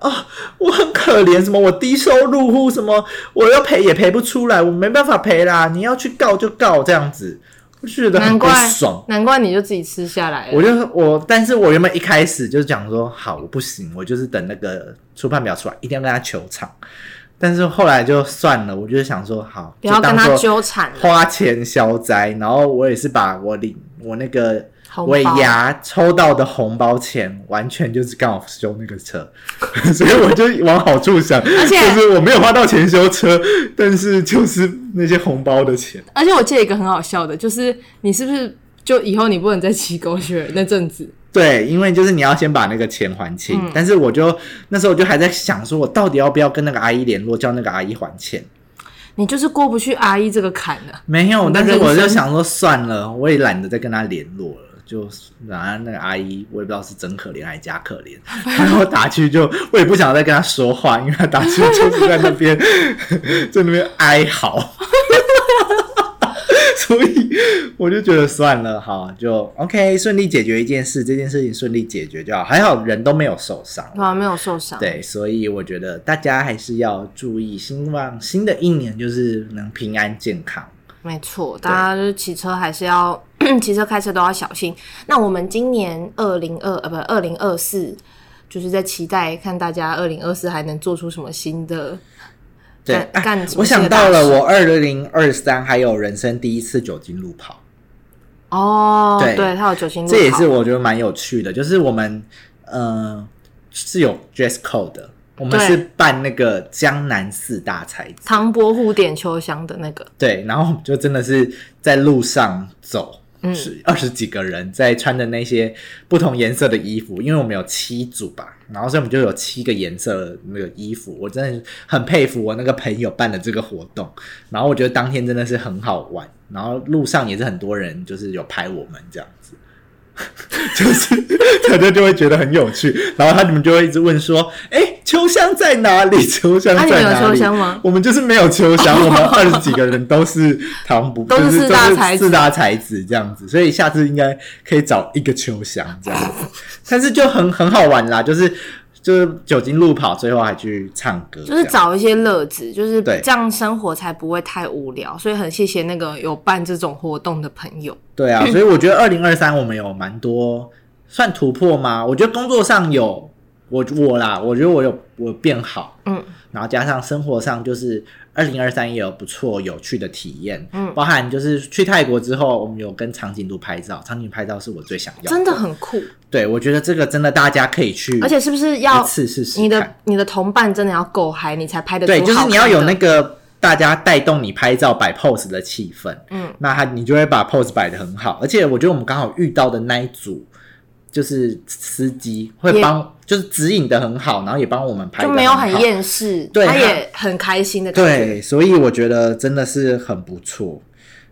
[SPEAKER 1] 哦，我很可怜，什么我低收入户，什么我要赔也赔不出来，我没办法赔啦。你要去告就告，这样子，我就觉得很
[SPEAKER 2] 难
[SPEAKER 1] 不
[SPEAKER 2] 怪
[SPEAKER 1] 爽。
[SPEAKER 2] 难怪你就自己吃下来了。
[SPEAKER 1] 我就我，但是我原本一开始就讲说，好，我不行，我就是等那个初判表出来，一定要跟他求偿。但是后来就算了，我就想说，好，
[SPEAKER 2] 不要
[SPEAKER 1] 就当
[SPEAKER 2] 跟他
[SPEAKER 1] 作
[SPEAKER 2] 纠缠了，
[SPEAKER 1] 花钱消灾，然后我也是把我领我那个
[SPEAKER 2] 红包
[SPEAKER 1] 尾牙抽到的红包钱，完全就是刚好修那个车， 所以我就往好处想，而
[SPEAKER 2] 且
[SPEAKER 1] 就是我没有花到钱修车，但是就是那些红包的钱，
[SPEAKER 2] 而且我记得一个很好笑的，就是你是不是就以后你不能再骑狗血了那阵子？
[SPEAKER 1] 对，因为就是你要先把那个钱还清，但是我就那时候我就还在想，说我到底要不要跟那个阿姨联络，叫那个阿姨还钱。
[SPEAKER 2] 你就是过不去阿姨这个坎了。
[SPEAKER 1] 没有，
[SPEAKER 2] 你的
[SPEAKER 1] 嗯但是我
[SPEAKER 2] 人
[SPEAKER 1] 就
[SPEAKER 2] 生
[SPEAKER 1] 想说算了，我也懒得再跟他联络了。就然后那个阿姨，我也不知道是真可怜还是假可 怜，然后打去就我也不想再跟他说话，因为他打去就是在那 边在那边哀嚎， 所以我就觉得算了，好就 OK，顺利解决一件事，这件事情顺利解决就好，还好人都没有受伤。
[SPEAKER 2] 对啊，没有受伤。
[SPEAKER 1] 对，所以我觉得大家还是要注意，希望新的一年就是能平安健康。
[SPEAKER 2] 没错，大家就是骑车还是要 骑车、开车都要小心。那我们今年二零二呃不二零二四，就是在期待看大家二零二四还能做出什么新的
[SPEAKER 1] 对，
[SPEAKER 2] 干
[SPEAKER 1] 啊
[SPEAKER 2] 干什么
[SPEAKER 1] 我
[SPEAKER 2] 事
[SPEAKER 1] 想
[SPEAKER 2] 的
[SPEAKER 1] 到
[SPEAKER 2] 大
[SPEAKER 1] 了，
[SPEAKER 2] 事
[SPEAKER 1] 我二零二三还有人生第一次酒精路跑，
[SPEAKER 2] 哦，
[SPEAKER 1] 对
[SPEAKER 2] 对，它有酒精路跑，
[SPEAKER 1] 这也是我觉得蛮有趣的。就是我们，呃，是有 dress code 的，我们
[SPEAKER 2] 对
[SPEAKER 1] 是办那个江南四大才子，
[SPEAKER 2] 唐伯虎点秋香的那个，
[SPEAKER 1] 对，然后我们就真的是在路上走。
[SPEAKER 2] 嗯
[SPEAKER 1] 是二十几个人在穿着那些不同颜色的衣服，因为我们有七组吧，然后所以我们就有七个颜色的那个衣服。我真的很佩服我那个朋友办的这个活动，然后我觉得当天真的是很好玩，然后路上也是很多人就是有拍我们这样子， 就是大家就会觉得很有趣，然后他们就会一直问说：“哎、秋香在哪 里？秋香
[SPEAKER 2] 啊你
[SPEAKER 1] 在
[SPEAKER 2] 们有
[SPEAKER 1] 哪里？”
[SPEAKER 2] 秋香吗
[SPEAKER 1] 我们就是没有秋香，我 们二十几个人都是唐不，
[SPEAKER 2] 都是
[SPEAKER 1] 就是
[SPEAKER 2] 四大才子
[SPEAKER 1] 四大才子这样子，所以下次应该可以找一个秋香这样子， 但是就很很好玩啦，就是就是酒精路跑，最后还去唱歌这
[SPEAKER 2] 就
[SPEAKER 1] 样，
[SPEAKER 2] 是找一些乐子，就是
[SPEAKER 1] 啊对
[SPEAKER 2] 这样生活才不会太无聊。所以很谢谢那个有办这种活动的朋友。
[SPEAKER 1] 对 啊，所以我觉得二零二三我们有蛮多算突破吗？我觉得工作上有我我啦，我觉得我有我变好，
[SPEAKER 2] 嗯，
[SPEAKER 1] 然后加上生活上就是二零二三也有不错有趣的体验，
[SPEAKER 2] 嗯
[SPEAKER 1] 包含就是去泰国之后，我们有跟长颈鹿拍照，长颈鹿拍照是我最想要，
[SPEAKER 2] 真的，很酷。
[SPEAKER 1] 对我觉得这个真的大家可以去，
[SPEAKER 2] 而且是不是
[SPEAKER 1] 一
[SPEAKER 2] 要
[SPEAKER 1] 次试试看
[SPEAKER 2] 你的你的同伴真的要够嗨，你才拍得出
[SPEAKER 1] 对，就是你
[SPEAKER 2] 好
[SPEAKER 1] 要
[SPEAKER 2] 看
[SPEAKER 1] 有
[SPEAKER 2] 的
[SPEAKER 1] 那个大家带动你拍照摆 pose 的气氛，
[SPEAKER 2] 嗯，
[SPEAKER 1] 那他你就会把 pose 摆得很好。而且我觉得我们刚好遇到的那一组就是司机会帮，就是指引的很好，然后也帮我们拍，
[SPEAKER 2] 就没有很。厌世，
[SPEAKER 1] 对
[SPEAKER 2] 他
[SPEAKER 1] 他
[SPEAKER 2] 也很开心的感觉。
[SPEAKER 1] 对，所以我觉得真的是很不错。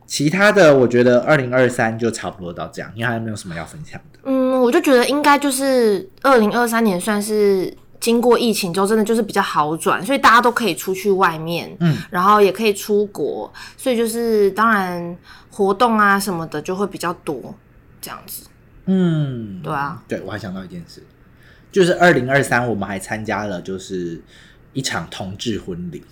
[SPEAKER 1] 其他的，我觉得二零二三就差不多到这样，因为还没有什么要分享的。
[SPEAKER 2] 嗯，我就觉得应该就是二零二三年算是经过疫情之后，真的就是比较好转，所以大家都可以出去外面，
[SPEAKER 1] 嗯，
[SPEAKER 2] 然后也可以出国，所以就是当然活动啊什么的就会比较多，这样子。
[SPEAKER 1] 嗯，
[SPEAKER 2] 对啊，
[SPEAKER 1] 对我还想到一件事，就是二零二三我们还参加了就是一场同志婚礼，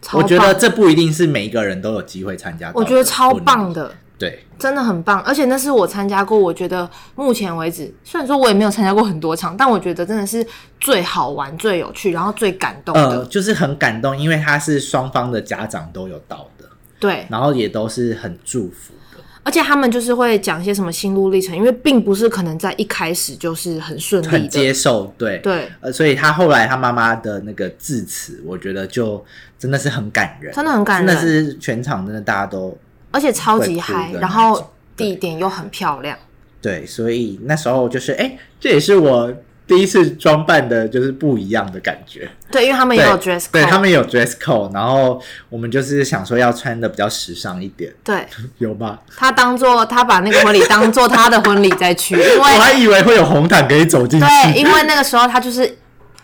[SPEAKER 2] 超
[SPEAKER 1] 我
[SPEAKER 2] 棒
[SPEAKER 1] 觉得这不一定是每一个人都有机会参加到的
[SPEAKER 2] 我
[SPEAKER 1] 婚礼，
[SPEAKER 2] 觉得超棒的。
[SPEAKER 1] 对，
[SPEAKER 2] 真的很棒，而且那是我参加过，我觉得目前为止，虽然说我也没有参加过很多场，但我觉得真的是最好玩、最有趣，然后最感动的。
[SPEAKER 1] 呃，就是很感动，因为他是双方的家长都有到的，
[SPEAKER 2] 对，
[SPEAKER 1] 然后也都是很祝福的。
[SPEAKER 2] 而且他们就是会讲一些什么心路历程，因为并不是可能在一开始就是很顺利
[SPEAKER 1] 很
[SPEAKER 2] 的。
[SPEAKER 1] 接受，对，
[SPEAKER 2] 对，
[SPEAKER 1] 呃，所以他后来他妈妈的那个致辞，我觉得就真的是很感人，
[SPEAKER 2] 真的很感
[SPEAKER 1] 真
[SPEAKER 2] 人
[SPEAKER 1] 的是全场真的大家都
[SPEAKER 2] 而且超级
[SPEAKER 1] 会哭的
[SPEAKER 2] 嗨，
[SPEAKER 1] 那
[SPEAKER 2] 然后
[SPEAKER 1] 种对
[SPEAKER 2] 地点又很漂亮。
[SPEAKER 1] 对，所以那时候就是，哎、这也是我第一次装扮的，就是不一样的感觉。
[SPEAKER 2] 对，因为他们
[SPEAKER 1] 对
[SPEAKER 2] 也有 dress code，
[SPEAKER 1] 对他们有 dress code，然后我们就是想说要穿的比较时尚一点，
[SPEAKER 2] 对
[SPEAKER 1] 有吗？
[SPEAKER 2] 他当做他把那个婚礼当做他的婚礼再去，因
[SPEAKER 1] 我还
[SPEAKER 2] 为
[SPEAKER 1] 以为会有红毯可以走进去，
[SPEAKER 2] 对，因为那个时候他就是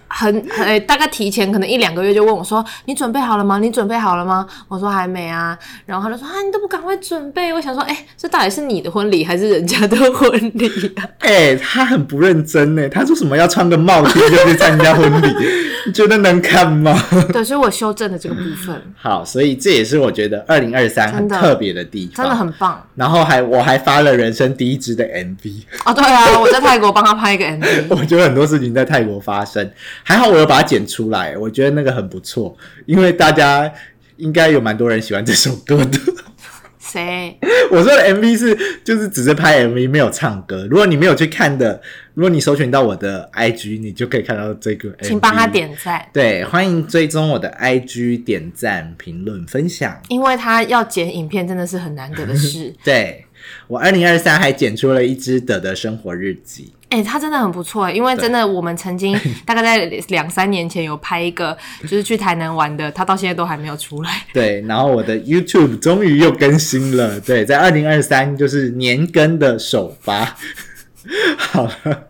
[SPEAKER 2] 很很、呃大概提前可能一两个月就问我说：“你准备好了吗？你准备好了吗？”我说：“还没啊。”然后他就说：“啊，你都不赶快准备！”我想说：“哎、这到底是你的婚礼还是人家的婚礼啊？”
[SPEAKER 1] 哎、他很不认真呢，他说什么要穿个帽 T 就去参加婚礼， 你觉得能看吗？
[SPEAKER 2] 对，所以我修正了这个部分，
[SPEAKER 1] 好，所以这也是我觉得二零二三很
[SPEAKER 2] 真的
[SPEAKER 1] 特别的地方，
[SPEAKER 2] 真的很棒
[SPEAKER 1] 然后还我还发了人生第一支的 MV，
[SPEAKER 2] 哦。对啊，我在泰国帮他拍一个 MV，
[SPEAKER 1] 我觉得很多事情在泰国发生，还好我有把它剪出来，我觉得那个很不错，因为大家应该有蛮多人喜欢这首歌的。
[SPEAKER 2] 谁？
[SPEAKER 1] 我说的 MV 是就是只是拍 MV 没有唱歌，如果你没有去看的，如果你搜寻到我的 IG，你就可以看到这个 MV。
[SPEAKER 2] 请帮他。点赞，
[SPEAKER 1] 对，欢迎追踪我的 IG，点赞、评论、分享。
[SPEAKER 2] 因为他要剪影片真的是很难得的事。
[SPEAKER 1] 对我二零二三还剪出了一支德的生活日记，
[SPEAKER 2] 哎、他真的很不错，因为真的我们 曾经大概在两三年前有拍一个，就是去台南玩的，他到现在都还没有出来。
[SPEAKER 1] 对，然后我的 YouTube 终于又更新了，对，在二零二三就是年更的首发， 好了，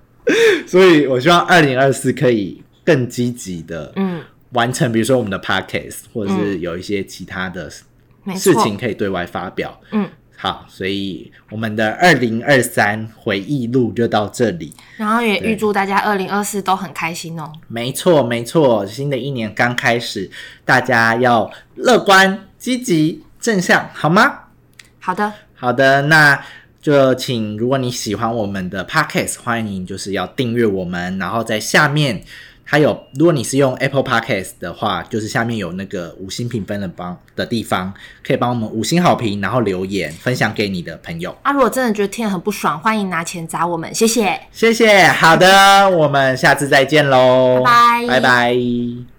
[SPEAKER 1] 所以我希望二零二四可以更积极的，
[SPEAKER 2] 嗯，
[SPEAKER 1] 完成，比如说我们的 Podcast，或者是有一些其他的
[SPEAKER 2] 没
[SPEAKER 1] 事
[SPEAKER 2] 错，
[SPEAKER 1] 情可以对外发表，
[SPEAKER 2] 嗯，
[SPEAKER 1] 好，所以我们的二零二三回忆录就到这里，
[SPEAKER 2] 然后也
[SPEAKER 1] 对
[SPEAKER 2] 预祝大家二零二四都很开心哦。
[SPEAKER 1] 没错，没错，新的一年刚开始，大家要乐观、积极、正向，好吗？
[SPEAKER 2] 好的，
[SPEAKER 1] 好的，那就请如果你喜欢我们的 podcast，欢迎就是要订阅我们，然后在下面还有，如果你是用 Apple Podcast 的话，就是下面有那个五星评分的帮的地方，可以帮我们五星好评，然后留言分享给你的朋友。
[SPEAKER 2] 啊，如果真的觉得听得很不爽，欢迎拿钱砸我们，谢谢。
[SPEAKER 1] 谢谢，好的，我们下次再见喽，
[SPEAKER 2] 拜
[SPEAKER 1] 拜
[SPEAKER 2] 拜
[SPEAKER 1] 拜。